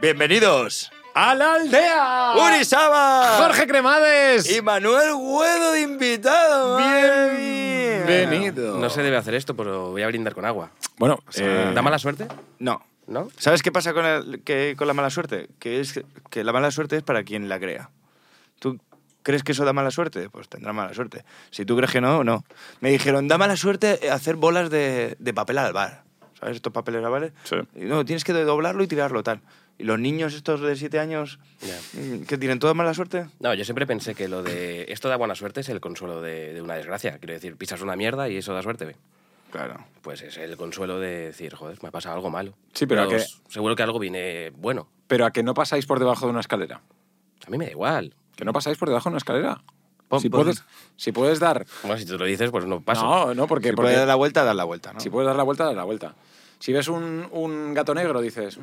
Bienvenidos ¡A la aldea! Uri Saba ¡Jorge Cremades! y Manuel Huedo de invitado. madre mía. Bienvenido. No se debe hacer esto, pero voy a brindar con agua. Bueno, sea, eh, ¿Da mala suerte? No. ¿No? ¿Sabes qué pasa con, el- que- con la mala suerte? Que, es, que la mala suerte es para quien la crea. ¿Tú crees que eso da mala suerte? Pues tendrá mala suerte. Si tú crees que no, no. Me dijeron, da mala suerte hacer bolas de, de papel al bar. ¿Sabes estos papeles al bar? ¿eh? Sí. Y no, tienes que doblarlo y tirarlo tal. Y los niños estos de 7 años Ya. mm, que tienen toda mala suerte. No, yo siempre pensé que lo de esto da buena suerte es el consuelo de, de una desgracia. Quiero decir, pisas una mierda y eso da suerte. ve. Claro. Pues es el consuelo de decir, joder, me ha pasado algo malo. Sí, pero ¿a qué? s- seguro que algo viene bueno. pero a que no pasáis por debajo de una escalera. A mí me da igual. Que no pasáis por debajo de una escalera. Pon- si, pon- puedes, si puedes dar... Bueno, si tú lo dices, pues no pasa. No, no, porque... Si porque- puedes dar la vuelta, dar la vuelta, ¿no? si puedes dar la vuelta, dar la vuelta. Si ves un, un gato negro, dices...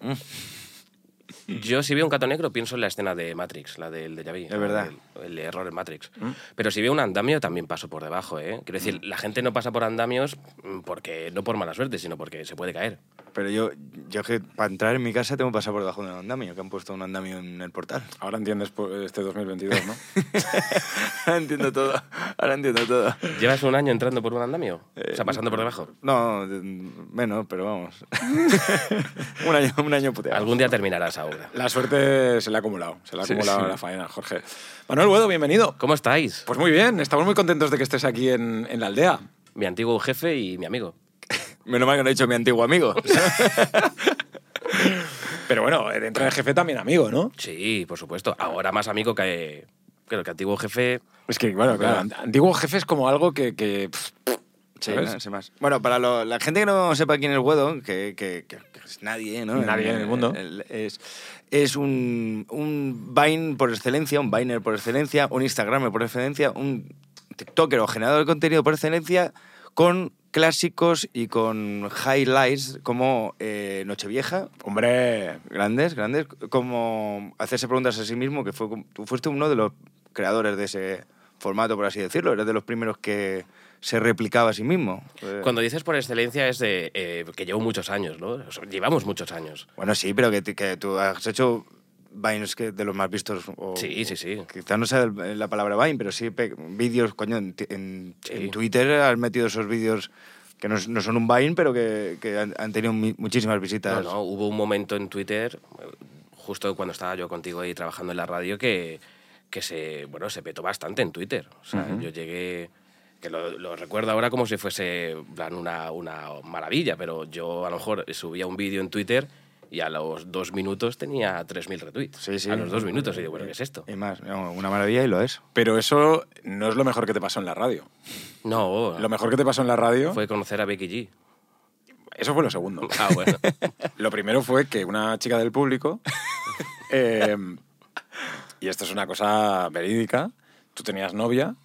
"Mm, Yo si veo un gato negro pienso en la escena de Matrix, la del déjà vu. Es verdad. Mm. El, el error en Matrix. Pero si veo un andamio también paso por debajo, ¿eh? Quiero decir, la gente no pasa por andamios mm, porque no por mala suerte, sino porque se puede caer. Pero yo, yo que para entrar en mi casa tengo que pasar por debajo de un andamio, que han puesto un andamio en el portal. Ahora entiendes pues, este 2022, ¿no? ahora entiendo todo, ahora entiendo todo. ¿Llevas un año entrando por un andamio? Eh, o sea, pasando por debajo. No, de- menos, pero vamos. un año, un año puteado. Algún día terminará esa obra. la suerte se la ha acumulado. Se la ha Sí, acumulado sí. la faena, Jorge. Manuel Buedo, bienvenido. ¿Cómo estáis? Pues muy bien, estamos muy contentos de que estés aquí en, en la aldea. Mi antiguo jefe y mi amigo. Menos mal que no he dicho mi antiguo amigo. Pero bueno, dentro del jefe también amigo, ¿no? Sí, por supuesto. Ahora más amigo que, que el que antiguo jefe. Es que, bueno, claro, ant- antiguo jefe es como algo que... que, pff, Sí, ¿Sabes? no sé más. Bueno, para lo- la gente que no sepa quién es Guedo, que, que- que- que es nadie, ¿no? Nadie en el mundo. es es un, un Vine por excelencia, un Viner por excelencia, un Instagramer por excelencia, un TikToker o generador de contenido por excelencia con clásicos y con highlights como eh, Nochevieja, hombre, grandes, grandes, como hacerse preguntas a sí mismo, que fue, como- tú fuiste uno de los creadores de ese formato, por así decirlo, eres de los primeros que se replicaba a sí mismo. Eh, Cuando dices por excelencia es de eh, que llevo muchos años, ¿no? O sea, llevamos muchos años. Bueno, sí, pero que, te- que tú has hecho Vines que de los más vistos. O, Sí, sí, sí. Quizás no sea el- la palabra Vine, pero sí pe- vídeos, coño, en, ti- en- Sí. en Twitter has metido esos vídeos que no, es- no son un Vine, pero que, que han, han tenido mi- muchísimas No, visitas. no, hubo un momento en Twitter, eh, justo cuando estaba yo contigo ahí trabajando en la radio, que, que se, bueno, se petó bastante en Twitter. O sea, yo llegué, que lo, lo recuerdo ahora como si fuese en plan, una, una maravilla, pero yo a lo mejor subía un vídeo en Twitter y a los dos minutos tenía 3.000 retweets. Sí, Eh, sí. A los dos minutos y digo, bueno, ¿qué es esto? Y más, no, una maravilla y lo es. pero eso no es lo mejor que te pasó en la radio. No, Lo mejor que te pasó en la radio, fue conocer a Becky G. eso fue lo segundo. Ah, bueno. Lo primero fue que una chica del público, eh, y esto es una cosa verídica, tú tenías novia,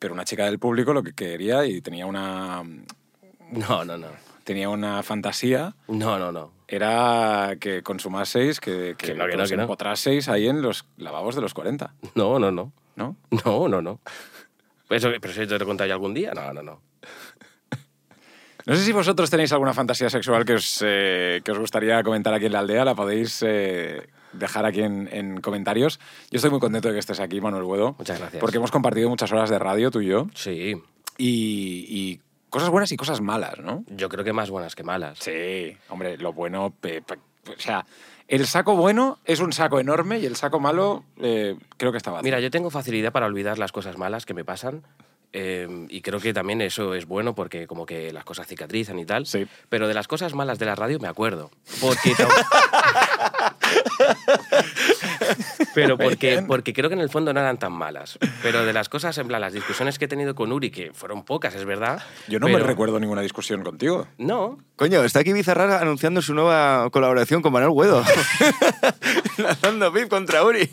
pero una chica del público lo que quería y tenía una, No, no, no. tenía una fantasía No, no, no. era que consumaseis, que, que, Que no, que no, os que no. empotraseis ahí en los lavabos de los 40, No, no, no. ¿no? No, no, no. Eso, pero si te lo contaré algún día. No, no, no. No sé si vosotros tenéis alguna fantasía sexual que os, eh, que os gustaría comentar aquí en la aldea, la podéis eh, dejar aquí en, en comentarios. Yo estoy muy contento de que estés aquí, Manuel Buedo. Muchas gracias. Porque hemos compartido muchas horas de radio, tú y yo, Sí. y, y cosas buenas y cosas malas, ¿no? Yo creo que más buenas que malas. Sí, hombre, lo bueno... pe- pe- o sea, el saco bueno es un saco enorme y el saco malo eh, creo que está vacío. Mira, yo tengo facilidad para olvidar las cosas malas que me pasan. eh, y creo que también eso es bueno porque como que las cosas cicatrizan y tal. Sí. Pero de las cosas malas de la radio me acuerdo. Porque tam- pero porque, porque creo que en el fondo no eran tan malas. Pero de las cosas, en plan, las discusiones que he tenido con Uri, que fueron pocas, es verdad. Yo no me pero- recuerdo ninguna discusión contigo. No, Coño, está aquí Bizarra anunciando su nueva colaboración con Manuel Guedo. Lanzando beef contra Uri.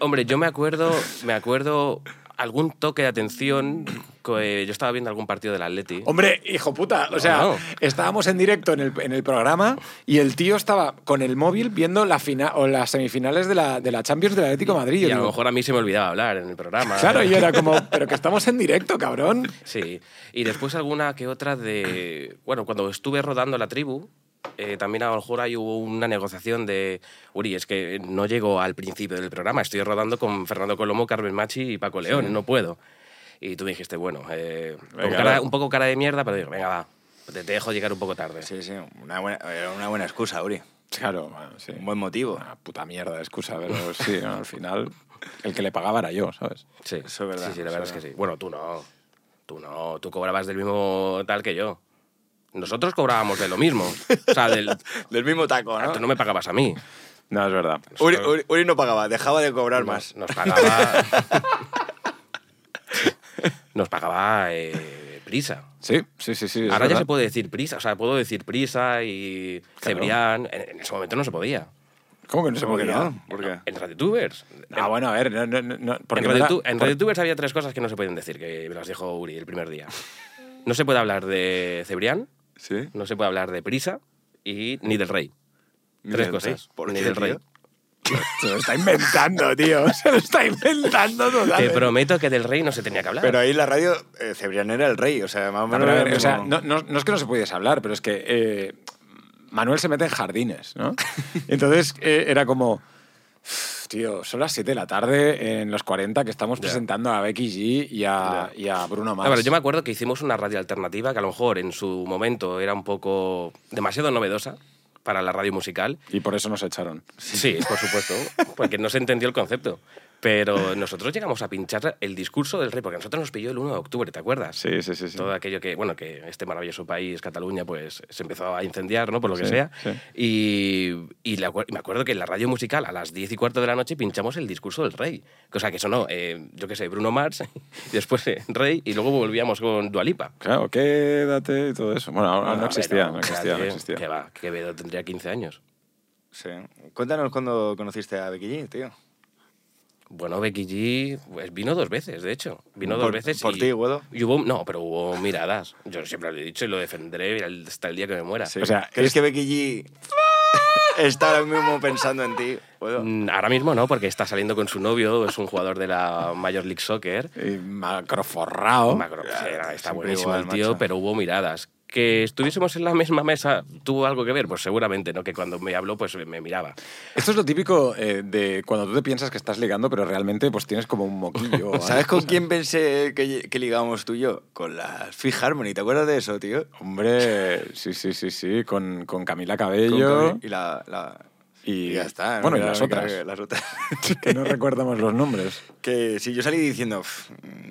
Hombre, yo me acuerdo, me acuerdo algún toque de atención. que yo estaba viendo algún partido del Atleti. Hombre, hijo puta, o sea, No. estábamos en directo en el, en el programa y el tío estaba con el móvil viendo la fina- o las semifinales de la, de la Champions del Atlético de Madrid. Yo Y a lo digo, mejor a mí se me olvidaba hablar en el programa. Claro, y era como, pero que estamos en directo, cabrón. Sí. Y después alguna que otra de. Bueno, cuando estuve rodando la tribu, eh, también a Oljura y hubo una negociación de, Uri, es que no llego al principio del programa, estoy rodando con Fernando Colomo, Carmen Machi y Paco León, no puedo. Y tú me dijiste, bueno, eh, con Venga, cara- va. un poco cara de mierda, pero digo, venga, va, te te dejo llegar un poco tarde. Sí, sí, una buena, era una buena excusa, Uri. Claro, bueno, sí. Un buen motivo. Una puta mierda de excusa, pero sí, ¿no? al final el que le pagaba era yo, ¿sabes? Sí, Eso es verdad, Sí, sí, eso la es verdad es que sí. Bueno, tú no. Tú no. Tú cobrabas del mismo tal que yo. Nosotros cobrábamos de lo mismo. O sea, del, Del mismo taco, tú no me pagabas a mí. No, es verdad. Uri, Uri- Uri no pagaba, dejaba de cobrar Nos, más. nos pagaba. nos pagaba eh, prisa. Sí, sí, sí, sí. es Ahora ya verdad. se puede decir prisa. O sea, puedo decir prisa y Cebrián. En, en ese momento no se podía. ¿Cómo que no se ¿Cómo que puede no? no? ¿Por qué? En RadioTubers. Ah, bueno, a ver, no, no, no, no, porque En, no Radio era- Tu- en por- RadioTubers había tres cosas que no se pueden decir, que me las dijo Uri el primer día. No se puede hablar de Cebrián, Sí. no se puede hablar de Prisa y ni del Rey. Ni Tres del cosas. Rey. ¿Por ni qué, del tío? Rey. Se lo está inventando, tío. Se lo está inventando Te totalmente. prometo que del Rey no se tenía que hablar. Ah, Pero ahí la radio, eh, Cebrián era el rey, o sea, más eh, o No, menos. pero a era ver, el o sea, mismo- no, no- no es que no se pudiese hablar, pero es que eh, Manuel se mete en jardines, ¿no? Entonces eh, era como, "Uf, tío, son las 7 de la tarde en los 40 que estamos presentando a Becky G y a, y a Bruno Mars. Ah, bueno, yo me acuerdo que hicimos una radio alternativa que a lo mejor en su momento era un poco demasiado novedosa para la radio musical. Y por eso nos echaron. Sí, por supuesto, porque no se entendió el concepto. Pero nosotros llegamos a pinchar el discurso del rey, porque a nosotros nos pilló el 1 de octubre, ¿te acuerdas? Sí, sí, sí. sí. todo aquello que, bueno, que este maravilloso país, Cataluña, pues se empezó a incendiar, ¿no? Por lo que Sí, sea. sí. Y, y la cua- me acuerdo que en la radio musical, a las 10 y cuarto de la noche, pinchamos el discurso del rey. Cosa que sonó, eh, yo qué sé, Bruno Mars, y después eh, rey, y luego volvíamos con Dualipa. Claro, quédate y todo eso. Bueno, ahora Ah, no, existía, no existía, no existía. Que va, que Quevedo tendría 15 años. Sí. Cuéntanos cuándo conociste a Becky G, tío. Bueno, Becky G pues, vino dos veces, de hecho. Vino dos Por- veces. por y- ti, Guedo. y hubo, No, pero hubo miradas. Yo siempre lo he dicho y lo defenderé hasta el día que me muera. Sí. O sea, ¿crees es- que Becky G está ahora mismo pensando en ti? Guedo? Mm, Ahora mismo no, porque está saliendo con su novio, es un jugador de la Major League Soccer. Y ¿Oh? macroforrao. Macro- era- está siempre buenísimo igual, el tío, macho. pero hubo miradas. Que estuviésemos en la misma mesa, ¿tuvo algo que ver? Pues seguramente, ¿no? Que cuando me habló, pues me miraba. Esto es lo típico eh, de cuando tú te piensas que estás ligando, pero realmente pues tienes como un moquillo. o ¿Sabes algo. con quién pensé que, que ligábamos tú y yo? Con la Fifth Harmony, ¿te acuerdas de eso, tío? Hombre, sí, sí, sí, sí, con, con Camila Con- Cabello con- y la, la- y, y ya está. ¿no? Bueno, y Mira, las mira, otras, Las otras. que no recordamos los nombres. que si yo salí diciendo, "Pff,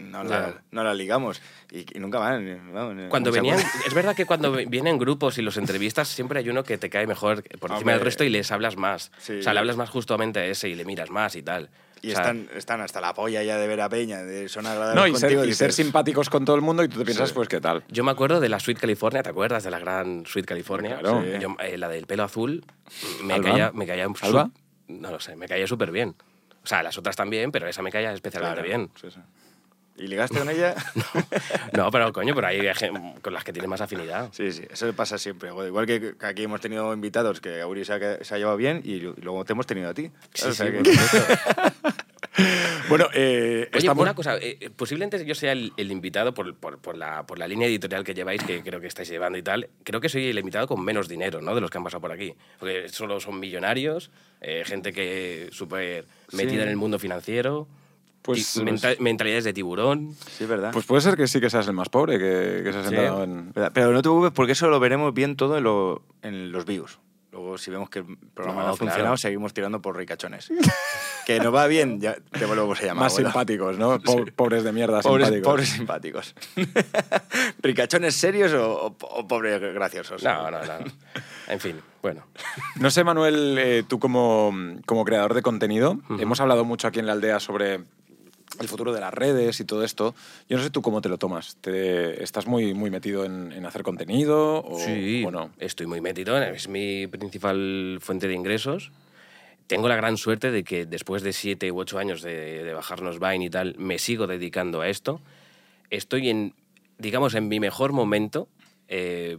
no la, Ya. no la ligamos. Y, y nunca van. vamos, no- Cuando no se venían, acuerdan. es verdad que cuando vi- vienen grupos y los entrevistas, siempre hay uno que te cae mejor por encima Hombre. del resto y les hablas más. Sí. O sea, le hablas más justamente a ese y le miras más y tal. Y O sea, están, están hasta la polla ya de ver a Peña, de son agradables No, y ser, contigo. y dices, ser simpáticos con todo el mundo y tú te piensas, Sí. pues, ¿qué tal? Yo me acuerdo de la Sweet California, ¿te acuerdas de la gran Sweet California? Claro. Sí. Yo, eh, la del pelo azul, me ¿Alba? caía, me caía su- ¿Alba? No lo sé, me caía súper bien. O sea, las otras también, pero esa me caía especialmente Claro, bien. sí, sí. ¿Y ligaste con ella? No, pero coño, pero hay gen- con las que tienes más afinidad. sí, sí, eso le pasa siempre. Joder, Igual que que aquí hemos tenido invitados que a Uri se ha, que- se ha llevado bien y, lu- y luego te hemos tenido a ti. Sí, O sea sí, que- por supuesto. Bueno, eh, Oye, estamos- una cosa, eh, eh, posiblemente yo sea el, el invitado por, por- por la, por la línea editorial que lleváis, que creo que estáis llevando y tal, creo que soy el invitado con menos dinero, ¿no? De los que han pasado por aquí. Porque solo son millonarios, eh, gente que súper metida en el mundo financiero, Pues- y menta- mentalidades de tiburón. sí, es verdad. Pues puede ser que sí que seas el más pobre, que, que se ha Sí. sentado en... Verdad, Pero no te preocupes porque eso lo veremos bien todo en, lo- en los vivos. Luego, si vemos que el programa No, no, ha claro. funcionado, seguimos tirando por ricachones. que nos va bien, ya te volvemos a llamar. Más abuelo. simpáticos, ¿no? Po- Pobres de mierda, Pobres simpáticos. pobres simpáticos. ¿Ricachones serios o, o- o pobres graciosos? No, no, no. En fin, bueno. No sé, Manuel, eh, tú como, como creador de contenido, hemos hablado mucho aquí en la aldea sobre el futuro de las redes y todo esto. Yo no sé tú cómo te lo tomas. ¿Te- ¿Estás muy, muy metido en, en hacer contenido o, Sí, o no? estoy muy metido, es mi principal fuente de ingresos. Tengo la gran suerte de que después de siete u ocho años de, de bajarnos Vine y tal, me sigo dedicando a esto. Estoy en, digamos, en mi mejor momento eh,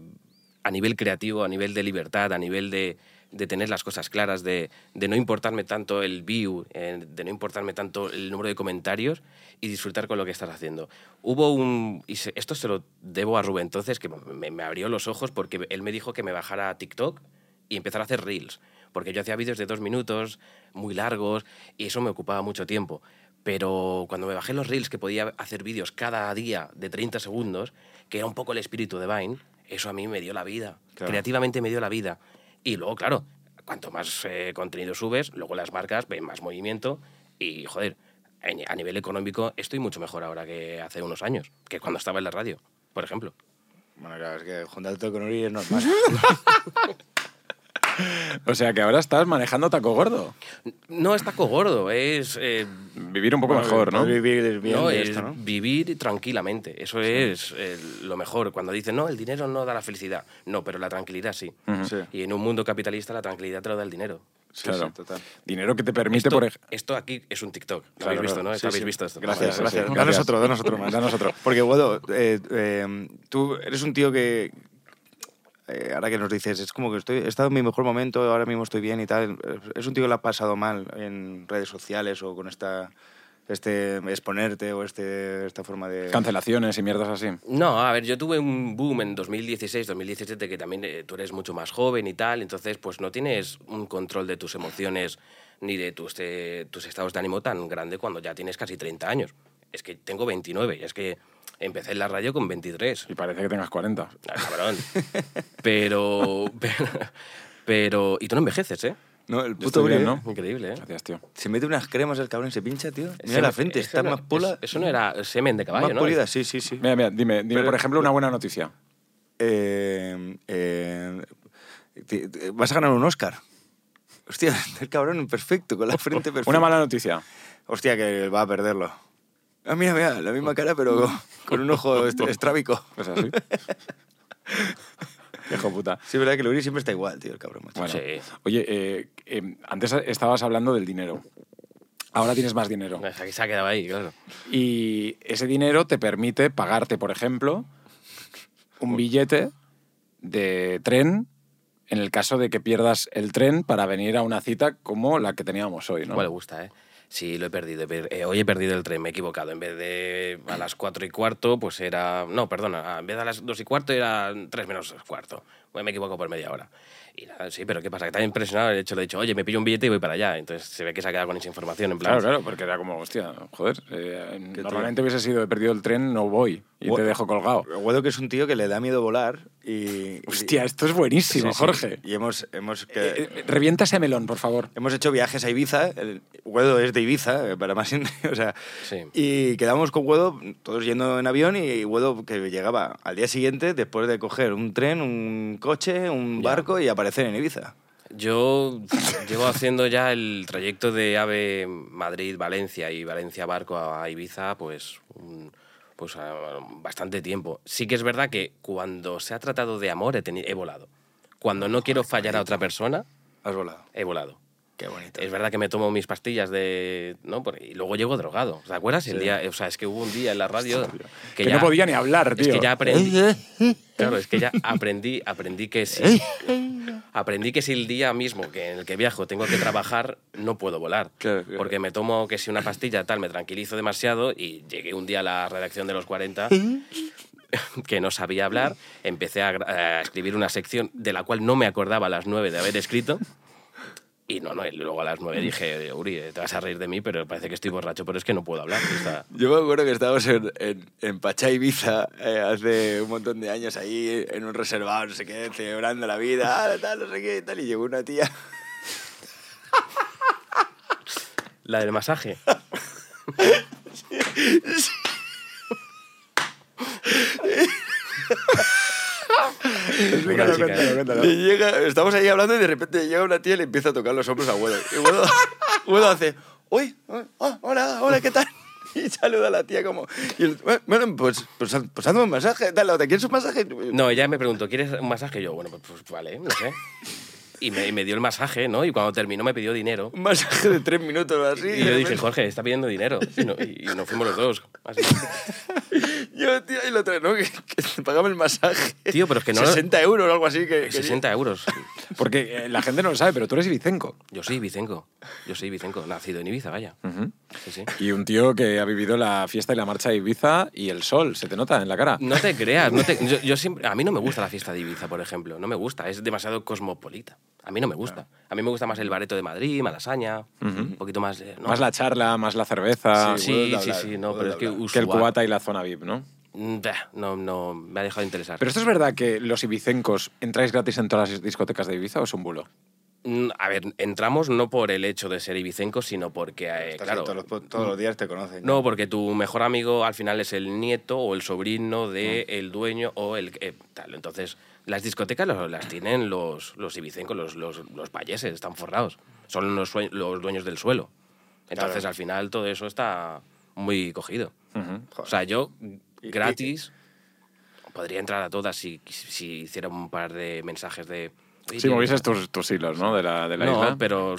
a nivel creativo, a nivel de libertad, a nivel de de tener las cosas claras, de, de no importarme tanto el view, eh, de no importarme tanto el número de comentarios y disfrutar con lo que estás haciendo. Hubo un... Y se- esto se lo debo a Rubén entonces, que me, me abrió los ojos porque él me dijo que me bajara a TikTok y empezar a hacer reels. Porque yo hacía vídeos de dos minutos, muy largos, y eso me ocupaba mucho tiempo. Pero cuando me bajé los reels, que podía hacer vídeos cada día de 30 segundos, que era un poco el espíritu de Vine, eso a mí me dio la vida. Claro. Creativamente me dio la vida. Y luego, claro, cuanto más eh, contenido subes, luego las marcas ven más movimiento y, joder, en- a nivel económico estoy mucho mejor ahora que hace unos años, que cuando estaba en la radio, por ejemplo. Bueno, claro, es que juntarte con Uri es normal. O sea que ahora estás manejando taco gordo. No es taco gordo, es... eh, Vivir un poco mejor, ¿no? Poder Vivir bien no, de es esto, ¿no? vivir tranquilamente. Eso es eh, lo mejor. Cuando dicen, no, el dinero no da la felicidad. No, pero la tranquilidad sí. Sí, Y en un mundo capitalista la tranquilidad te lo da el dinero. sí, Claro. sí, total. Dinero que te permite, Esto, por ejemplo. esto aquí es un TikTok. Lo Claro, habéis visto, claro. ¿no? Sí, Esto habéis sí. visto esto. Gracias, Sí, sí, gracias. sí, Danos gracias. otro, danos otro más. Danos otro. Porque, Guado, eh, eh, tú eres un tío que. eh, ahora que nos dices, es como que estoy, he estado en mi mejor momento, ahora mismo estoy bien y tal. Es un tío que la ha pasado mal en redes sociales o con esta. Este exponerte o este, esta forma de. Cancelaciones y mierdas así. No, a ver, yo tuve un boom en 2016, 2017, que también eh, tú eres mucho más joven y tal, entonces pues no tienes un control de tus emociones ni de tus, eh, tus estados de ánimo tan grande cuando ya tienes casi 30 años. Es que tengo 29, y es que empecé en la radio con 23. Y parece que tengas 40. Ah, Cabrón. Pero, pero, pero- Y tú no envejeces, ¿eh? No, el Yo puto estoy bien, Uri, ¿no? Increíble, ¿eh? Gracias, tío. Se mete unas cremas el cabrón y se pincha, tío. Mira Semen- la frente, eso está no- más pula. eso- Eso no era semen de caballo, más ¿no? pulida, sí, sí, sí. Mira, mira, dime, dime Pero- por ejemplo, una buena noticia. Eh, eh, te- te- vas a ganar un Oscar. Hostia, el cabrón perfecto, con la frente perfecta. Una mala noticia. Hostia, que va a perderlo. Ah, mira, mira, la misma cara, pero con, con un ojo est- estrábico. Pues así. Hijo puta. Sí, es verdad que el Uri siempre está igual, tío, el cabrón. macho. Bueno, Sí. oye, eh, eh, antes estabas hablando del dinero. Ahora tienes más dinero. Aquí se ha quedado ahí, claro. Y ese dinero te permite pagarte, por ejemplo, un billete de tren en el caso de que pierdas el tren para venir a una cita como la que teníamos hoy, ¿no? Igual le gusta, ¿eh? Sí, lo he perdido. he per- eh, hoy he perdido el tren, me he equivocado. En vez de a las 4 y cuarto, pues era... No, perdona, en vez de a las 2 y cuarto era 3 menos cuarto. Bueno, me equivoco por media hora. Y nada, sí, pero ¿qué pasa? Que está impresionado el hecho de dicho, oye, me pillo un billete y voy para allá. Entonces se ve que se ha quedado con esa información, en plan... Claro, claro, porque era como, hostia, joder, eh, tío. normalmente hubiese sido, he perdido el tren, no voy y Gua- te dejo colgado. Guado que es un tío que le da miedo volar y... Hostia, y- esto es buenísimo, sí, sí. Jorge. Y hemos, hemos, que- Eh, eh, revienta ese melón, por favor. hemos hecho viajes a Ibiza. El Guado es de Ibiza, eh, para más... in- O sea, Sí. Y quedamos con Guado, todos yendo en avión, y Guado que llegaba al día siguiente después de coger un tren, un coche, un Ya. barco y aparecer en Ibiza. Yo llevo haciendo ya el trayecto de AVE Madrid-Valencia y Valencia-Barco a Ibiza, pues, un- pues a- bastante tiempo. Sí que es verdad que cuando se ha tratado de amor he, teni- he volado. Cuando Ah, no quiero fallar a otra persona, Has volado. he volado. Qué bonito. Es verdad que me tomo mis pastillas de... ¿no? Por- Y luego llego drogado. ¿Te acuerdas? El día, o sea, es que hubo un día en la radio Que, no podía ni hablar, tío. es que ya aprendí. Claro, es que ya aprendí, aprendí que si. Aprendí que si el día mismo que en el que viajo tengo que trabajar, no puedo volar. Claro, claro. Porque me tomo que si una pastilla tal, me tranquilizo demasiado y llegué un día a la redacción de los 40 que no sabía hablar, empecé a, gra- a escribir una sección de la cual no me acordaba a las 9 de haber escrito. Y no, no, y luego a las 9 dije, Uri, te vas a reír de mí, pero parece que estoy borracho, pero es que no puedo hablar. o sea, Yo me acuerdo que estábamos en, en, en Pachá Ibiza eh, hace un montón de años ahí en un reservado, no sé qué, celebrando la vida, ah, tal, no sé qué, y tal, y llegó una tía. La del masaje. Explícalo, chica. cuéntalo, cuéntalo. Y llega, estamos ahí hablando y de repente llega una tía y le empieza a tocar los hombros a Guedo. Y Guedo, Guedo hace, uy, ah, hola, hola, ¿qué tal? Y saluda a la tía como, y el- bueno, pues, pues, pues hazme un masaje, tal, la otra, ¿quieres un masaje? No, ella me preguntó, ¿quieres un masaje? Yo, bueno, pues, pues vale, no sé. y me, y me dio el masaje, ¿no? Y cuando terminó me pidió dinero. Un masaje de tres minutos o así. Y yo dije, Jorge, está pidiendo dinero. Y, no- y- y nos fuimos los dos. Así. Yo, tío, y lo otro, ¿no? Que, que pagame el masaje. Tío, pero es que no- 60 euros o algo así. Que, que- 60 euros. Porque eh, la gente no lo sabe, pero tú eres Ibicenco. Yo soy Vicenco. Yo soy Vicenco. Nacido en Ibiza, vaya. Sí, sí. Y un tío que ha vivido la fiesta y la marcha de Ibiza y el sol, se te nota en la cara. No te creas. No te- yo, yo siempre, a mí no me gusta la fiesta de Ibiza, por ejemplo. No me gusta. Es demasiado cosmopolita. A mí no me gusta. A mí me gusta más el bareto de Madrid, Malasaña, un poquito más de... ¿no? Más la charla, más la cerveza. Sí, sí, sí, no, pero es que Que el Ushuaia- cubata y la zona VIP, ¿no? Mm, bah, No, no, me ha dejado de interesar. Pero esto es verdad que los ibicencos entráis gratis en todas las discotecas de Ibiza o es un bulo. Mm, A ver, entramos no por el hecho de ser ibicenco, sino porque, eh, Estás ahí claro... Todos los, po- todos los días te conocen. No, porque tu mejor amigo al final es el nieto o el sobrino del el dueño o el eh, tal. Entonces, las discotecas lo- las tienen los, los ibicencos, los, los, los payeses, están forrados. Son los, sue- los dueños del suelo. Entonces, Claro. al final, todo eso está muy cogido. O sea, yo gratis podría entrar a todas si, si hiciera un par de mensajes de... "Oye, Si movieses tus, tus hilos, ¿no? De la, de la no, isla. pero,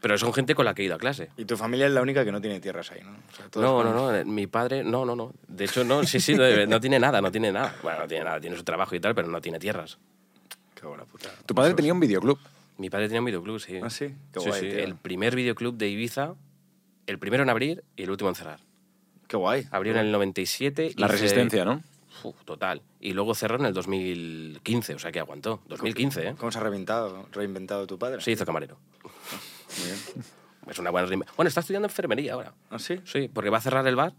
pero son gente con la que he ido a clase. Y tu familia es la única que no tiene tierras ahí, ¿no? O sea, todos- No, no, no, eh, mi padre, no, no, no. De hecho, no, sí, sí, no, eh, no tiene nada, no tiene nada. Bueno, no tiene nada, tiene su trabajo y tal, pero no tiene tierras. Qué buena puta. Tu padre tenía un videoclub. Mi padre tenía un videoclub, sí. Ah, sí, qué sí, guay, sí, tío. el primer videoclub de Ibiza, el primero en abrir y el último en cerrar. Qué guay. Abrió en el 97. y La se- resistencia, ¿no? Uf, total. Y luego cerró en el 2015, o sea que aguantó. 2015, ¿eh? ¿Cómo se ha reinventado, reinventado tu padre? Se hizo camarero. Muy bien. Es una buena rima. Bueno, está estudiando enfermería ahora. ¿Ah, sí? Sí, porque va a cerrar el bar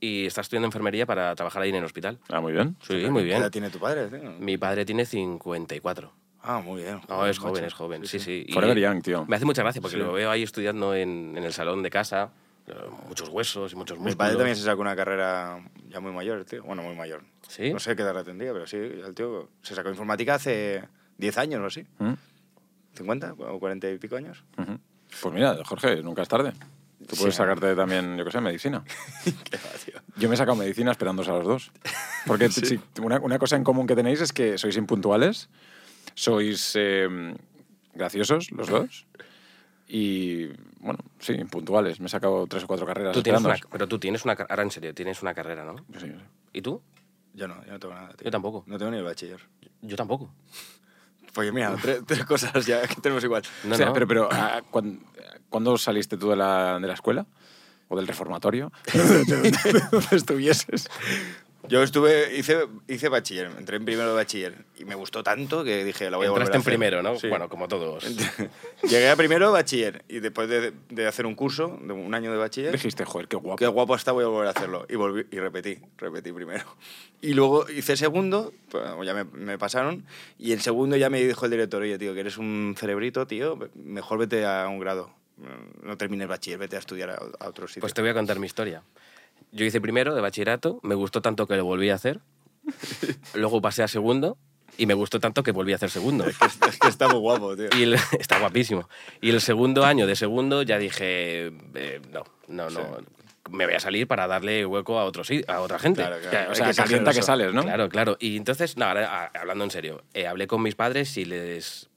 y está estudiando enfermería para trabajar ahí en el hospital. Ah, muy bien. Sí, muy ¿Qué edad bien. tiene tu padre? tío? Mi padre tiene 54. Ah, muy bien. No, es macho. joven, es joven. Sí, sí. Y Forever young, tío. Me hace mucha gracia porque lo veo ahí estudiando en, en el salón de casa. eh, Muchos huesos y muchos Mi músculos. padre también se sacó una carrera ya muy mayor, tío. Bueno, muy mayor. ¿Sí? No sé qué edad la tendría, pero sí, el tío se sacó informática hace 10 años o así. Mm, ¿50 o 40 y pico años? ujú. Pues mira, Jorge, nunca es tarde. Tú puedes Sí. sacarte también, yo qué sé, medicina. Qué va, tío. Yo me he sacado medicina esperándos a los dos. Porque si- una, una cosa en común que tenéis es que sois impuntuales, sois eh, graciosos los dos y, bueno, sí, impuntuales. Me he sacado tres o cuatro carreras Tú tienes esperando. una, pero tú tienes una... car- Ahora, en serio, tienes una carrera, ¿no? Sí, sí. ¿Y tú? Yo no, yo no tengo nada, tío. Yo tampoco. No tengo ni el bachiller. Yo tampoco. Pues mira, tres, tres cosas ya que tenemos igual. No, O sea, no. Pero, pero ah, ¿cuán- ¿cuándo saliste tú de la, de la escuela? ¿O del reformatorio? ¿Dónde estuvieses? Yo estuve, hice, hice bachiller, entré en primero de bachiller y me gustó tanto que dije, la voy a volver a Entraste en hacer. primero, ¿no? Sí. Bueno, como todos. Llegué a primero de bachiller y después de, de hacer un curso, de un año de bachiller, Dijiste, joder, qué guapo. qué guapo está, voy a volver a hacerlo. Y, volví, y repetí, repetí primero. Y luego hice segundo, pues, ya me, me pasaron, y el segundo ya me dijo el director, oye, tío, que eres un cerebrito, tío, mejor vete a un grado. No termines bachiller, vete a estudiar a, a otro sitio. Pues te voy a contar mi historia. Yo hice primero de bachillerato, me gustó tanto que lo volví a hacer. Luego pasé a segundo y me gustó tanto que volví a hacer segundo. Es que está muy guapo, tío. Y el- está guapísimo. Y el segundo año de segundo ya dije, eh, no, no, no. Me voy a salir para darle hueco a, otros, a otra gente. Claro, claro. Ya, O Hay sea, que ser calienta que generoso. sales, ¿no? Claro, claro. Y entonces, no, ahora, a- hablando en serio, eh, hablé con mis padres y les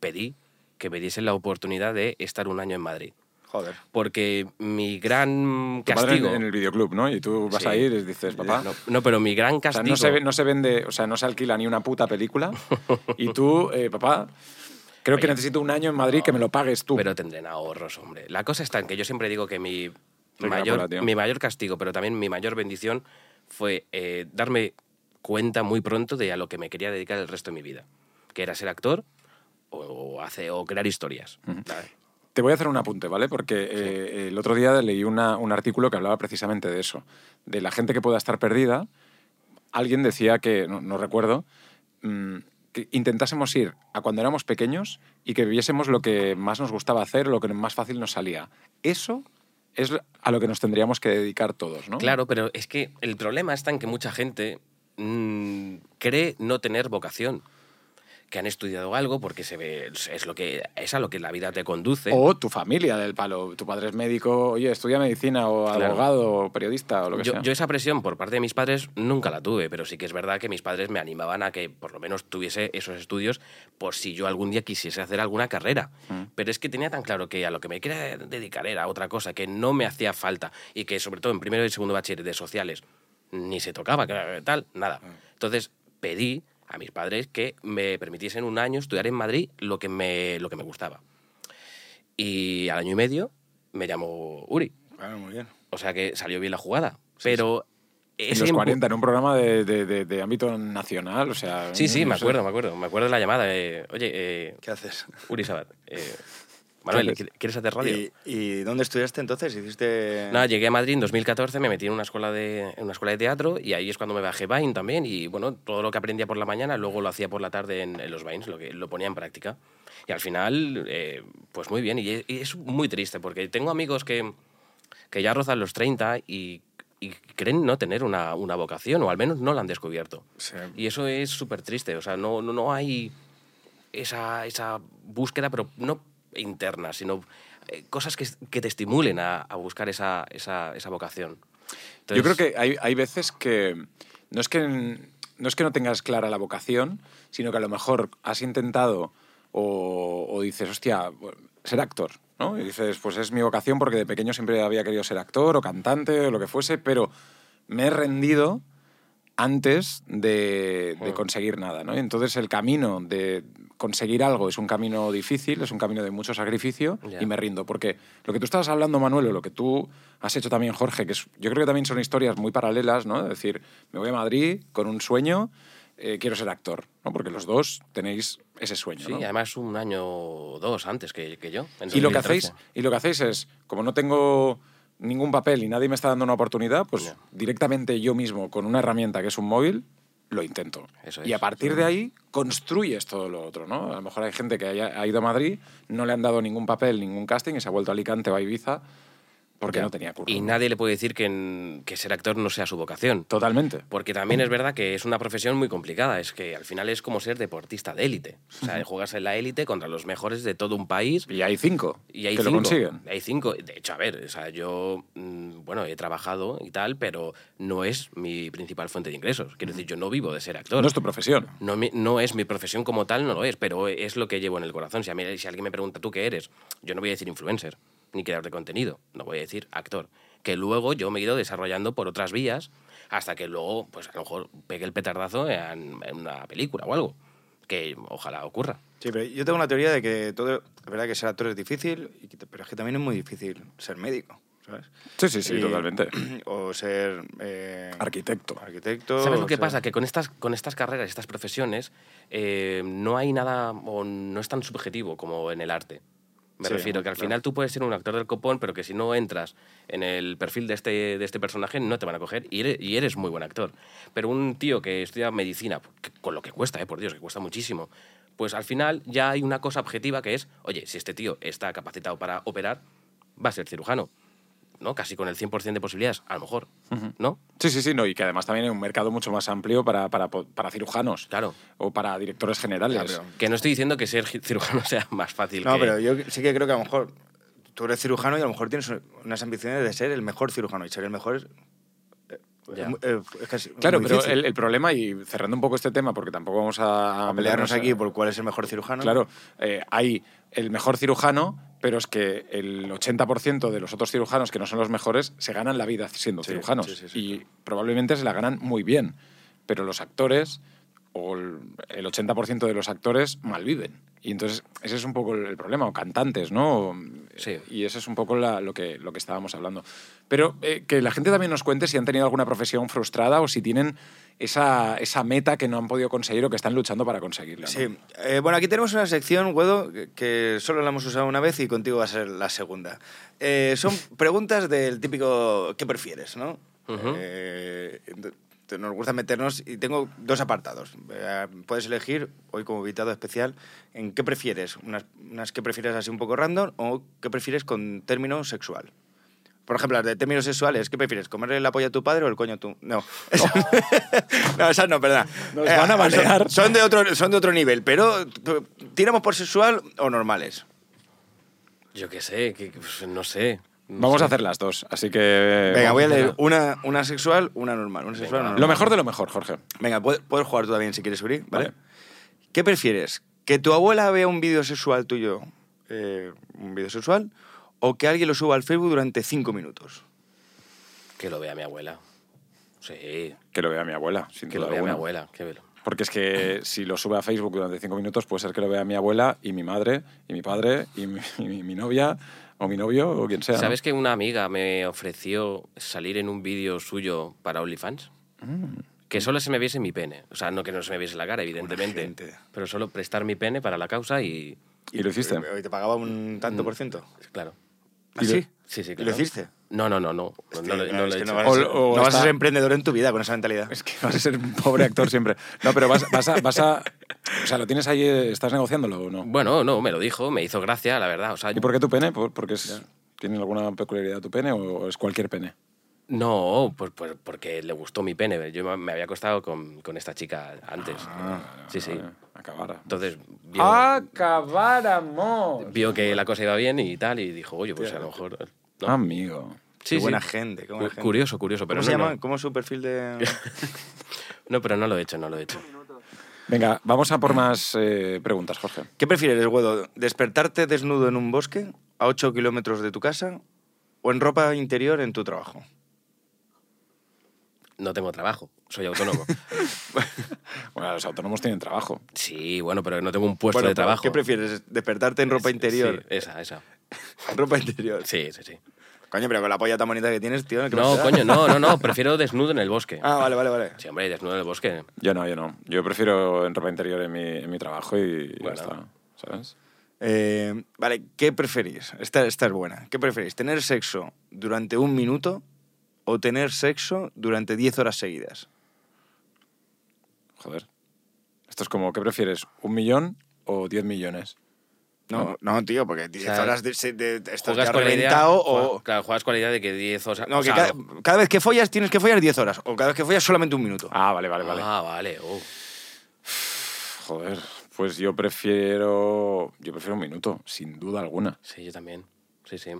pedí que me diesen la oportunidad de estar un año en Madrid. Joder. Porque mi gran Tu padre castigo... en- en el videoclub, ¿no? Y tú vas Sí. ahí y les dices, papá... No, no, pero mi gran Ah. O sea, castigo... no se, ve- no se vende, o sea, no se alquila ni una puta película. Y tú, eh, papá, creo que necesito un año en Madrid que me lo pagues tú. Pero tendrán ahorros, hombre. La cosa está en que yo siempre digo que mi, que la mayor, pela, tío. mi mayor castigo, pero también mi mayor bendición, fue eh, darme cuenta muy pronto de a lo que me quería dedicar el resto de mi vida. Que era ser actor o, o hace- o crear historias. ¿sabes? Te voy a hacer un apunte, ¿vale? Porque eh, el otro día leí una- un artículo que hablaba precisamente de eso, de la gente que pueda estar perdida. Alguien decía que, no, no recuerdo, mm, que intentásemos ir a cuando éramos pequeños y que viviésemos lo que más nos gustaba hacer, lo que más fácil nos salía. Eso es a lo que nos tendríamos que dedicar todos, ¿no? Claro, pero es que el problema está en que mucha gente mm, cree no tener vocación. que han estudiado algo porque se ve, es, lo que, es a lo que la vida te conduce. O tu familia del palo, tu padre es médico, oye, estudia medicina o Claro. abogado o periodista o lo que yo, sea. yo esa presión por parte de mis padres nunca la tuve, pero sí que es verdad que mis padres me animaban a que por lo menos tuviese esos estudios por si yo algún día quisiese hacer alguna carrera. Mm. Pero es que tenía tan claro que a lo que me quería dedicar era otra cosa, que no me hacía falta y que sobre todo en primero y segundo bachiller de sociales ni se tocaba, que eh, tal, nada. Mm. Entonces pedí a mis padres que me permitiesen un año estudiar en Madrid lo que me, lo que me gustaba. Y al año y medio me llamó Uri. Claro, muy bien. O sea que salió bien la jugada. Pero. en ese los impu- 40, en un programa de, de- de- de ámbito nacional, o sea... Sí, sí, no me sé. acuerdo, me acuerdo. Me acuerdo de la llamada. eh, Oye, eh, ¿Qué haces? Uri Sabat. eh, Manuel, Entonces- eh, ¿quieres hacer radio? ¿Y, y dónde estudiaste entonces? ¿Hiciste...? Nada, llegué a Madrid en 2014, me metí en una escuela de, en una escuela de teatro y ahí es cuando me bajé Vine también y bueno, todo lo que aprendía por la mañana luego lo hacía por la tarde en, en los Vines, lo, que, lo ponía en práctica. Y al final, eh, pues muy bien. Y es, y es muy triste porque tengo amigos que, que ya rozan los 30 y, y creen no tener una, una vocación o al menos no la han descubierto. Sí. Y eso es súper triste, o sea, no, no, no hay esa, esa búsqueda, pero no interna, sino eh, cosas que, que te estimulen a, a buscar esa, esa, esa vocación. Entonces, Yo creo que hay, hay veces que no, es que no es que no tengas clara la vocación, sino que a lo mejor has intentado o, o dices, hostia, ser actor, ¿no? Y dices, pues es mi vocación porque de pequeño siempre había querido ser actor o cantante o lo que fuese, pero me he rendido antes de, de conseguir nada, ¿no? Y entonces el camino de conseguir algo es un camino difícil, es un camino de mucho sacrificio Ya. y me rindo. Porque lo que tú estabas hablando, Manuel, o lo que tú has hecho también, Jorge, que es- yo creo que también son historias muy paralelas, ¿no? Es decir, me voy a Madrid con un sueño, eh, quiero ser actor, ¿no? Porque los dos tenéis ese sueño, Sí, ¿no? además un año o dos antes que, que yo. en Y lo, que 2013. hacéis, y lo que hacéis es, como no tengo ningún papel y nadie me está dando una oportunidad, pues Ya. directamente yo mismo, con una herramienta que es un móvil, lo intento. Eso y es, a partir de ahí construyes todo lo otro, ¿no? A lo mejor hay gente que haya- ha ido a Madrid, no le han dado ningún papel, ningún casting y se ha vuelto a Alicante o a Ibiza porque Ya. no tenía curro. Y nadie le puede decir que, en- que ser actor no sea su vocación. Totalmente. Porque también es verdad que es una profesión muy complicada. Es que al final es como ser deportista de élite. O sea, juegas en la élite contra los mejores de todo un país Y hay cinco Y hay que cinco. lo consiguen. Hay cinco. De hecho, a ver, o sea, yo, mm, bueno, he trabajado y tal, pero no es mi principal fuente de ingresos. Quiero decir, yo no vivo de ser actor. No es tu profesión. No, mi- no es mi profesión como tal, no lo es, pero es lo que llevo en el corazón. Si, a mí- si alguien me pregunta, ¿tú qué eres? Yo no voy a decir influencer, ni creador de contenido, no voy a decir actor. Que luego yo me he ido desarrollando por otras vías hasta que luego, pues a lo mejor pegue el petardazo en, en una película o algo. Que ojalá ocurra. Sí, pero yo tengo una teoría de que todo... Es verdad que ser actor es difícil, y que- pero es que también es muy difícil ser médico, ¿sabes? Sí, sí, sí, Y- totalmente. O ser... eh, Arquitecto. Arquitecto. ¿Sabes o lo que ser- pasa? Que con estas, con estas carreras, estas profesiones, eh, no hay nada, o no es tan subjetivo como en el arte. Me Sí, refiero que al claro. final tú puedes ser un actor del copón, pero que si no entras en el perfil de este, de este personaje, no te van a coger y eres, y eres muy buen actor. Pero un tío que estudia medicina, que- con lo que cuesta, eh, por Dios, que cuesta muchísimo, pues al final ya hay una cosa objetiva que es, oye, si este tío está capacitado para operar, va a ser cirujano. ¿No? Casi con el 100% de posibilidades, a lo mejor. ¿No? Sí, sí, sí, no, y que además también hay un mercado mucho más amplio para, para, po- para cirujanos. Claro. O para directores generales. Ah, pero- Que no estoy diciendo que ser cirujano sea más fácil No, que... pero yo sí que creo que a lo mejor tú eres cirujano y a lo mejor tienes unas ambiciones de ser el mejor cirujano y ser el mejor... es- eh, Ya. es mu- eh, es que es Claro, muy pero difícil. el, el problema, y cerrando un poco este tema, porque tampoco vamos a, a pelearnos meternos en- aquí por cuál es el mejor cirujano. Claro, eh, hay el mejor cirujano, pero es que el 80% de los otros cirujanos que no son los mejores se ganan la vida siendo Sí, cirujanos. sí, sí, sí, y probablemente se la ganan muy bien. Pero los actores, o el el 80% de los actores, malviven. Y entonces ese es un poco el el problema, o cantantes, ¿no? O, Sí. Y eso es un poco la- lo, que, lo que estábamos hablando. Pero eh, que la gente también nos cuente si han tenido alguna profesión frustrada o si tienen esa, esa meta que no han podido conseguir o que están luchando para conseguirla. ¿no? Sí. Eh, bueno, aquí tenemos una sección, Guedo, que- que solo la hemos usado una vez y contigo va a ser la segunda. Eh, son preguntas del típico ¿qué prefieres? ¿no? Ujú. Eh, ent- te- nos gusta meternos y tengo dos apartados. Eh, puedes elegir, hoy como invitado especial, en qué prefieres. Unas, unas que prefieres así un poco random o qué prefieres con término sexual. Por ejemplo, las de términos sexuales, ¿qué prefieres? ¿Comerle la polla a tu padre o el coño a tu...? No. Esa- no, esas no, perdón. Nos van a son, banear. son de otro, son de otro nivel, pero pero, ¿tiramos por sexual o normales? Yo qué sé, que, pues, no sé. no Vamos sé. a hacer las dos, así que... Venga, voy a vamos leer una, una sexual, una normal. Una sexual, una normal. Lo mejor de lo mejor, Jorge. Venga, puedes, puedes jugar tú también si quieres, Uri, ¿vale? Vale. ¿Qué prefieres? ¿Que tu abuela vea un vídeo sexual tuyo, eh, un vídeo sexual, o que alguien lo suba al Facebook durante cinco minutos? Que lo vea mi abuela. Sí, Que lo vea mi abuela, sin que duda lo vea mi alguna. abuela. Que velo. Porque es que si lo sube a Facebook durante cinco minutos, puede ser que lo vea mi abuela y mi madre y mi padre y mi, y mi- mi novia o mi novio o quien sea. ¿no? ¿Sabes que una amiga me ofreció salir en un vídeo suyo para OnlyFans? Que solo se me viese mi pene. O sea, no que no se me viese la cara, evidentemente. gente. Pero solo prestar mi pene para la causa y. Y lo hiciste. Mm. Hoy te pagaba un tanto por ciento. Claro. ¿Ah, sí? Sí, sí, ¿Y claro. ¿Lo hiciste? No, no, no, no. No, no, lo- Sí, no claro, lo es que he hecho. no vas, a O- ser, no o vas a está- ser emprendedor en tu vida con esa mentalidad. Es que vas a ser un pobre actor siempre. No, pero vas, vas a, vas a- O sea, ¿lo tienes ahí? eh, ¿Estás negociándolo o no? Bueno, no, me lo dijo, me hizo gracia, la verdad. O sea, ¿Y por qué tu pene? Por- ¿Porque es- tiene alguna peculiaridad tu pene o es cualquier pene? No, pues, pues porque le gustó mi pene. Yo me- me había acostado con, con esta chica antes. Ah, sí, sí. Acabara. Entonces vio, ¡Acabáramos! vio que la cosa iba bien y tal, y dijo, oye, pues a lo mejor. ¿no? Amigo. qué buena gente, qué buena Cu- gente. Curioso, curioso, pero ¿Cómo se no, llama? no. ¿Cómo es su perfil de...? No, pero no lo he hecho, no lo he hecho. Venga, vamos a por más eh, preguntas, Jorge. ¿Qué prefieres, Guedo? ¿Despertarte desnudo en un bosque a 8 kilómetros de tu casa o en ropa interior en tu trabajo? No tengo trabajo, soy autónomo. Bueno, los autónomos tienen trabajo. sí, bueno, pero no tengo un puesto Bueno, de trabajo. ¿Qué prefieres? ¿Despertarte en ropa interior? Sí, esa, esa. Ropa interior. Sí, sí, sí. Coño, pero con la polla tan bonita que tienes, tío. ¿qué más No, te da? coño, no, no, no, prefiero desnudo en el bosque. Ah, vale, vale, vale. Sí, hombre, desnudo en el bosque. Yo no, yo no. Yo prefiero en ropa interior en mi, en mi trabajo y ya Bueno. está, ¿sabes? Eh, vale, ¿qué preferís? Esta, esta es buena. ¿Qué preferís? ¿Tener sexo durante un minuto o tener sexo durante 10 horas seguidas? Joder. Esto es como, ¿qué prefieres? ¿Un millón o diez millones? No, no, tío, porque 10 sea, horas de, de- de- estás Juegas ya con la idea. reventado juega- o... Claro, juegas con la idea de que 10 o sea, No, o que sea, cada, cada vez que follas tienes que follar 10 horas. O cada vez que follas solamente un minuto. Ah, vale, vale, vale. Ah, vale. oh. Joder. Pues yo prefiero. Yo prefiero un minuto, sin duda alguna. Sí, yo también. Sí, sí.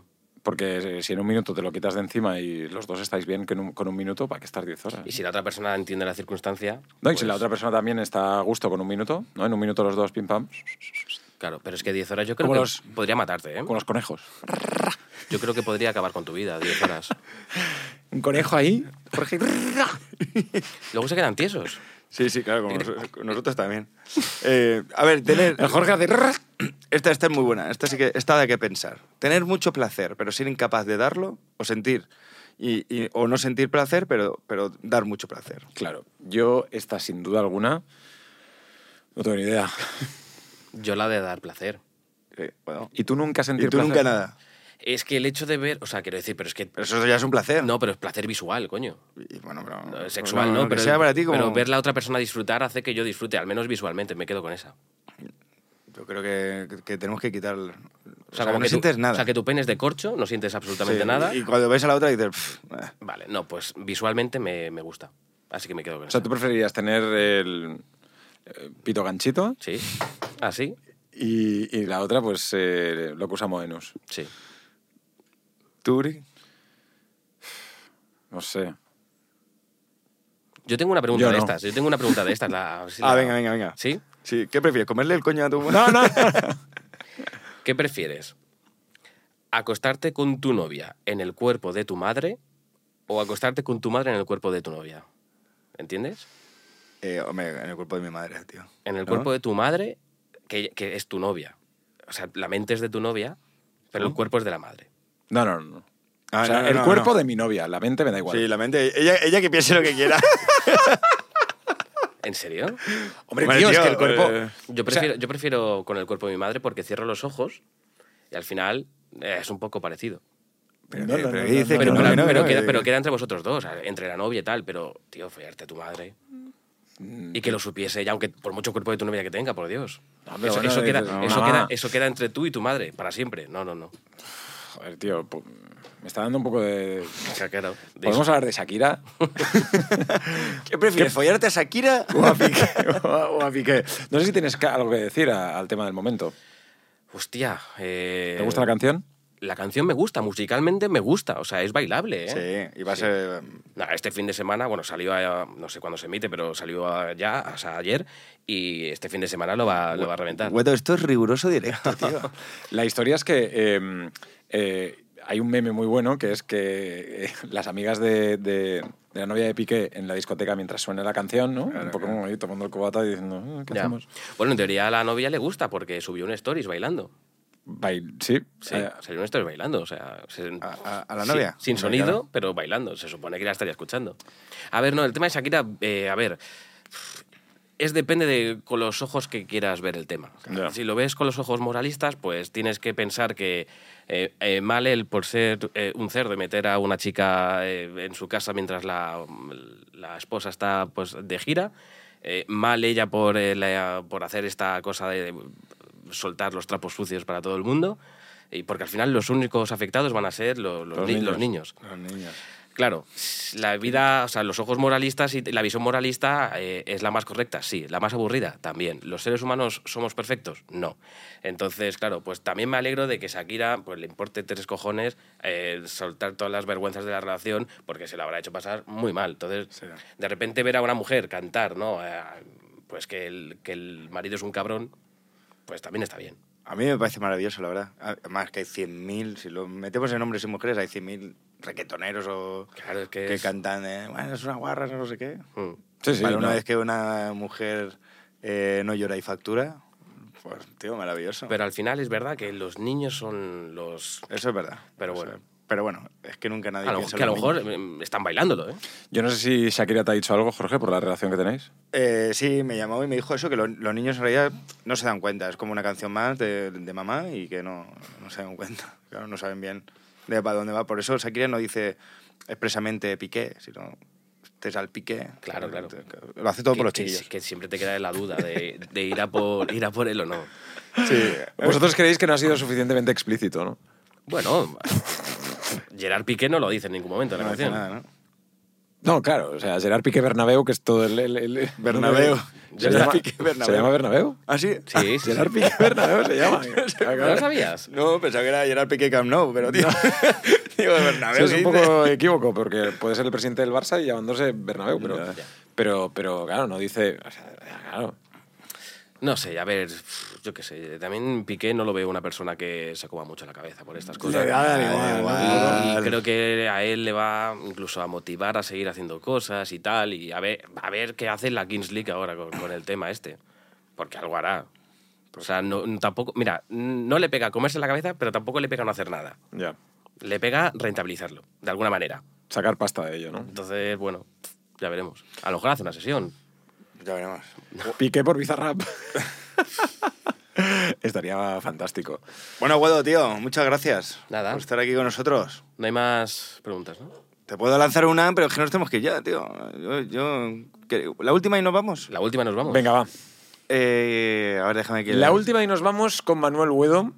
Porque eh, si en un minuto te lo quitas de encima y los dos estáis bien con un, con un minuto, ¿para qué estar 10 horas? Y si la otra persona entiende la circunstancia. No, y pues, si la otra persona también está a gusto con un minuto, ¿no? En un minuto los dos, pim pam, Claro, pero es que 10 horas yo creo Como que los- podría matarte, ¿eh? con los conejos. Yo creo que podría acabar con tu vida, 10 horas. Un conejo ahí, Jorge. Luego se quedan tiesos. Sí, sí, claro, como nos- nosotros también. Eh, a ver, tener... El Jorge hace. Esta, esta es muy buena, esta sí que está de qué pensar. Tener mucho placer, pero ser incapaz de darlo, o sentir, y, y- o no sentir placer, pero, pero dar mucho placer. Claro, yo esta sin duda alguna. No tengo ni idea. Yo la de dar placer. Eh, bueno, ¿Y tú nunca y sentir tú nunca placer? nada. Es que el hecho de ver. O sea, quiero decir, pero es que. Pero eso ya es un placer. No, pero es placer visual, coño. Y, bueno, pero- No, Sexual, ¿no? que pero, sea para ti como... pero ver la otra persona disfrutar hace que yo disfrute, al menos visualmente, me quedo con esa. Yo creo que, que tenemos que quitar... O sea, O sea, que como no que tú- sientes nada. O sea, que tu pene es de corcho, no sientes absolutamente Sí, nada. Y cuando ves a la otra dices... "Pff, eh". Vale, no, pues visualmente me, me gusta. Así que me quedo con O sea, esa. tú preferirías tener el eh, pito ganchito Sí. ¿Ah, sí? y, y la otra, pues, eh, lo que usamos Moenus. Sí. ¿Tú, Uri? No sé. Yo tengo una pregunta Yo de no. estas. Yo tengo una pregunta de estas. la- a ver si Ah, la- venga, venga, venga. ¿Sí? Sí, ¿qué prefieres? ¿Comerle el coño a tu No, no. ¿Qué prefieres? ¿Acostarte con tu novia en el cuerpo de tu madre o acostarte con tu madre en el cuerpo de tu novia? ¿Entiendes? Eh, hombre, en el cuerpo de mi madre, tío. En el ¿No? cuerpo de tu madre, que, que es tu novia. O sea, la mente es de tu novia, pero el cuerpo es de la madre. No, no, no. Ah, o sea, no, el no, cuerpo no. de mi novia, la mente me da igual. Sí, la mente. Ella, ella que piense lo que quiera. ¿En serio? Hombre, Hombre, tío, es tío, que el cuerpo. eh, Yo prefiero, yo prefiero con el cuerpo de mi madre porque cierro los ojos y al final eh, es un poco parecido. Pero, No, no, pero no, ¿qué no, dice? no, Que Pero, no, ¿eh? que pero- pero que- queda, pero queda entre vosotros dos, a- entre la novia y tal, pero, tío, follarte a tu madre. Mm. Y que lo supiese ella, aunque por mucho cuerpo de tu novia que tenga, por Dios. No, pero eso, bueno, eso queda, dices, eso, "Mamá". queda, eso queda entre tú y tu madre, para siempre. No, no, no. Joder, tío, pu- me está dando un poco de... Claro, de ¿Podemos hablar de Shakira? ¿Qué prefieres, follarte a Shakira? o, a Piqué, o a- o a Piqué. No sé si tienes ca- algo que decir a- al tema del momento. Hostia. eh, ¿Te gusta la canción? La canción me gusta, musicalmente me gusta, o sea, es bailable, ¿eh? Sí, y va a ser... Nah, este fin de semana, bueno, salió, a- no sé cuándo se emite, pero salió a- ya, o sea, ayer, y este fin de semana lo va, lo va a reventar. Güeto, esto es riguroso directo, tío. La historia es que eh, eh, hay un meme muy bueno que es que eh, las amigas de, de- de la novia de Piqué en la discoteca mientras suena la canción, ¿no? un poco como ahí tomando el cubata y diciendo, "Ah, ¿qué Ya. hacemos? Bueno, en teoría a la novia le gusta porque subió un stories bailando. Bail- sí. Sí, eh, salió un stories bailando, o sea... se- ¿A- a- a la sí, novia? Sin Hombre, sonido, claro. pero bailando. Se supone que la estaría escuchando. A ver, no, el tema de Shakira, eh, a ver... Es depende de con los ojos que quieras ver el tema. Ya. Si lo ves con los ojos moralistas, pues tienes que pensar que eh, eh, mal él por ser eh, un cerdo y meter a una chica eh, en su casa mientras la, la esposa está pues, de gira. eh, mal ella por, eh, la- por hacer esta cosa de, de soltar los trapos sucios para todo el mundo. Y porque al final los únicos afectados van a ser lo- los, Los ni- niños. los niños. Los niños. Claro, la vida, o sea, los ojos moralistas y la visión moralista eh, es la más correcta, sí, la más aburrida también. ¿Los seres humanos somos perfectos? No. Entonces, claro, pues también me alegro de que Shakira pues, le importe tres cojones eh, soltar todas las vergüenzas de la relación porque se la habrá hecho pasar muy mal. Entonces, Sí. de repente ver a una mujer cantar, ¿no? Eh, pues que el, que el marido es un cabrón, pues también está bien. A mí me parece maravilloso, la verdad. Además que hay 100.000, si lo metemos en hombres y mujeres, hay 100.000 requetoneros o Claro, es que que es- cantan, eh, bueno, es una guarra, no sé qué. Mm. Sí, sí, Para una no. vez que una mujer eh, no llora y factura, pues, tío, maravilloso. Pero al final es verdad que los niños son los... Eso es verdad. Pero Eso bueno. es- pero bueno, es que nunca nadie A lo, piensa que a en lo los mejor niños. eh, están bailándolo, ¿eh? Yo no sé si Shakira te ha dicho algo, Jorge, por la relación que tenéis. Eh, sí, me llamó y me dijo eso, que lo- los niños en realidad no se dan cuenta. Es como una canción más de, de mamá y que no, no se dan cuenta. Claro, no saben bien de para dónde va. Por eso Shakira no dice expresamente piqué, sino estés al piqué. Claro, claro. Lo hace todo que, por los que- chiquillos. que siempre te queda la duda de, de ir, a por, ir a por él o no. Sí. Vosotros creéis que no ha sido suficientemente explícito, ¿no? Bueno, Gerard Piqué no lo dice en ningún momento en la No dice canción. nada, ¿no? No, claro, o sea, Gerard Piqué Bernabeu, que es todo el... el, el- el- Bernabéu. ¿Se Gerard llama- Piqué ¿Se Bernabéu. llama Bernabéu? ¿Ah, sí? Sí, sí, sí. Gerard Piqué Bernabéu se llama. ¿No lo sabías? No, pensaba que era Gerard Piqué Camp Nou, pero tío. Digo, Sí, Bernabéu, es un ¿qué dice? poco equívoco, porque puede ser el presidente del Barça y llamándose Bernabéu, pero, Ya. pero, pero claro, no dice... o sea, claro. No sé, a ver, yo qué sé. También Piqué no lo veo una persona que se coma mucho la cabeza por estas cosas. Le da igual, Y- igual. Ah, Y creo que a él le va incluso a motivar a seguir haciendo cosas y tal. Y a ver, a ver qué hace la Kings League ahora con, con el tema este. Porque algo hará. O sea, no, tampoco. Mira, no le pega comerse la cabeza, pero tampoco le pega no hacer nada. Ya. le pega rentabilizarlo, de alguna manera. Sacar pasta de ello, ¿no? Entonces, bueno, ya veremos. A lo mejor hace una sesión. Ya veremos. Piqué por Bizarrap. Estaría fantástico. Bueno, Guado, tío, muchas gracias Nada. por estar aquí con nosotros. No hay más preguntas, ¿no? Te puedo lanzar una, pero es que nos tenemos que ir ya, tío. Yo, yo- que- La última y nos vamos. La última nos vamos. Venga, va. Eh, a ver, déjame que... La última y nos vamos con Manuel Huedo.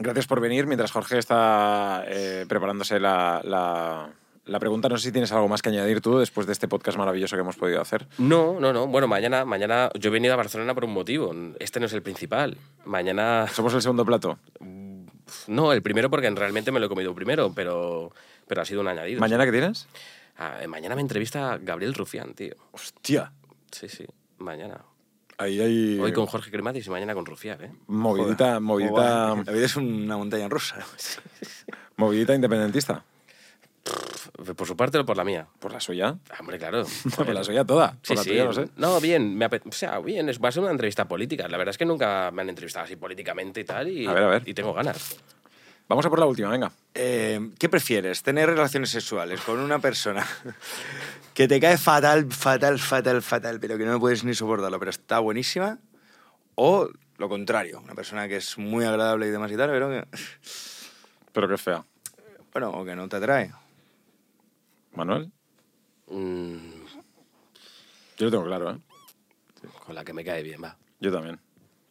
Gracias por venir. Mientras Jorge está eh, preparándose la, la- la pregunta, no sé si tienes algo más que añadir tú después de este podcast maravilloso que hemos podido hacer. No, no, no. Bueno, mañana, mañana yo he venido a Barcelona por un motivo. Este no es el principal. Mañana, Somos el segundo plato. no, el primero porque realmente me lo he comido primero, pero, pero ha sido un añadido. ¿Mañana qué tienes? Ah, eh, mañana me entrevista Gabriel Rufián, tío. Hostia. Sí, sí, mañana. Ahí hay Hoy con Jorge Crematis y mañana con Rufián, ¿eh? movidita, movidita, Oh, La vida es una montaña rusa. movidita independentista. Pff, Por su parte o por la mía. Ah, Por la suya. Hombre, claro. Por la suya toda. Por Sí, la sí. tuya, no sé. No, bien, me ape- o sea, bien, es- va a ser una entrevista política. La verdad es que nunca me han entrevistado así políticamente y tal, y, A ver, a ver. y tengo ganas. Vamos a por la última, venga. Eh, ¿Qué prefieres? ¿Tener relaciones sexuales con una persona que te cae fatal, fatal, fatal, fatal, pero que no puedes ni soportarlo, pero está buenísima? ¿O lo contrario? Una persona que es muy agradable y demás y tal, pero que... Pero qué fea. Bueno, o que no te atrae. Manuel, Mm, yo lo tengo claro, ¿eh? con la que me cae bien, va. Yo también.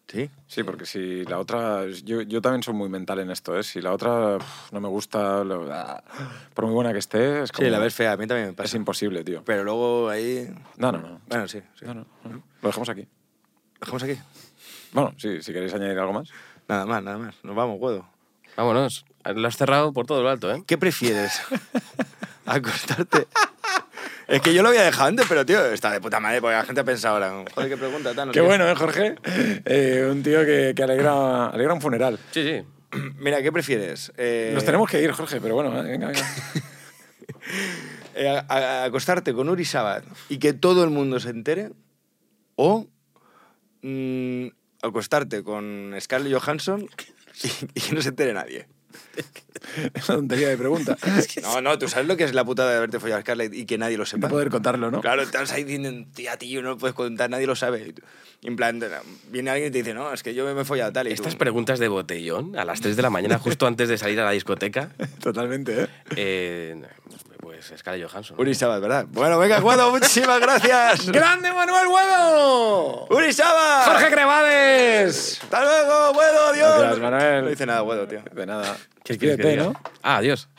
Sí. Sí, porque si la otra. Yo, yo también soy muy mental en esto, ¿eh? Si la otra uf, no me gusta, lo- ah, por muy buena que esté, es como. Sí, la ves fea, a mí también me Es pasa. imposible, tío. Pero luego ahí... No, no, no. Bueno, sí. sí. No, no, no, no. Lo dejamos aquí. Dejamos aquí. Bueno, sí, si queréis añadir algo más. Nada más, nada más. Nos vamos, huevo. Vámonos. Lo has cerrado por todo lo alto, ¿eh? ¿Qué prefieres? Acostarte. Es que yo lo había dejado antes, pero tío, está de puta madre, porque la gente ha pensado ahora. Joder, qué pregunta tan. no Qué sé". bueno, ¿eh, Jorge? Eh, un tío que, que alegra, alegra un funeral. Sí, sí. Mira, ¿qué prefieres? Eh, Nos tenemos que ir, Jorge, pero bueno, eh, venga, venga. eh, a- a- acostarte con Uri Sabat y que todo el mundo se entere. O mm, acostarte con Scarlett Johansson y, y que no se entere nadie. Es una tontería de pregunta. No, no, tú sabes lo que es la putada de haberte follado a Scarlett y que nadie lo No sepa. poder contarlo, ¿no? Claro, estás ahí diciendo, tía, tío, no lo puedes contar, nadie lo sabe. Y tú- y en plan, te- viene alguien y te dice, no, es que yo me he follado a tal. Y tú, Estas preguntas de botellón a las 3 de la mañana, justo antes de salir a la discoteca, Totalmente, ¿eh? eh, pues Scarlett Johansson. Uri Sabat, ¿verdad? Bueno, venga, Guado, muchísimas gracias. ¡Grande Manuel Huevo! ¡Uri Sabat! ¡Jorge Crevades! ¡Hasta luego, Guado, adiós! Gracias, Manuel. No dice nada, Guado, tío. De nada. ¿Qué quieres que Despídete, diga? ¿no? Ah, adiós.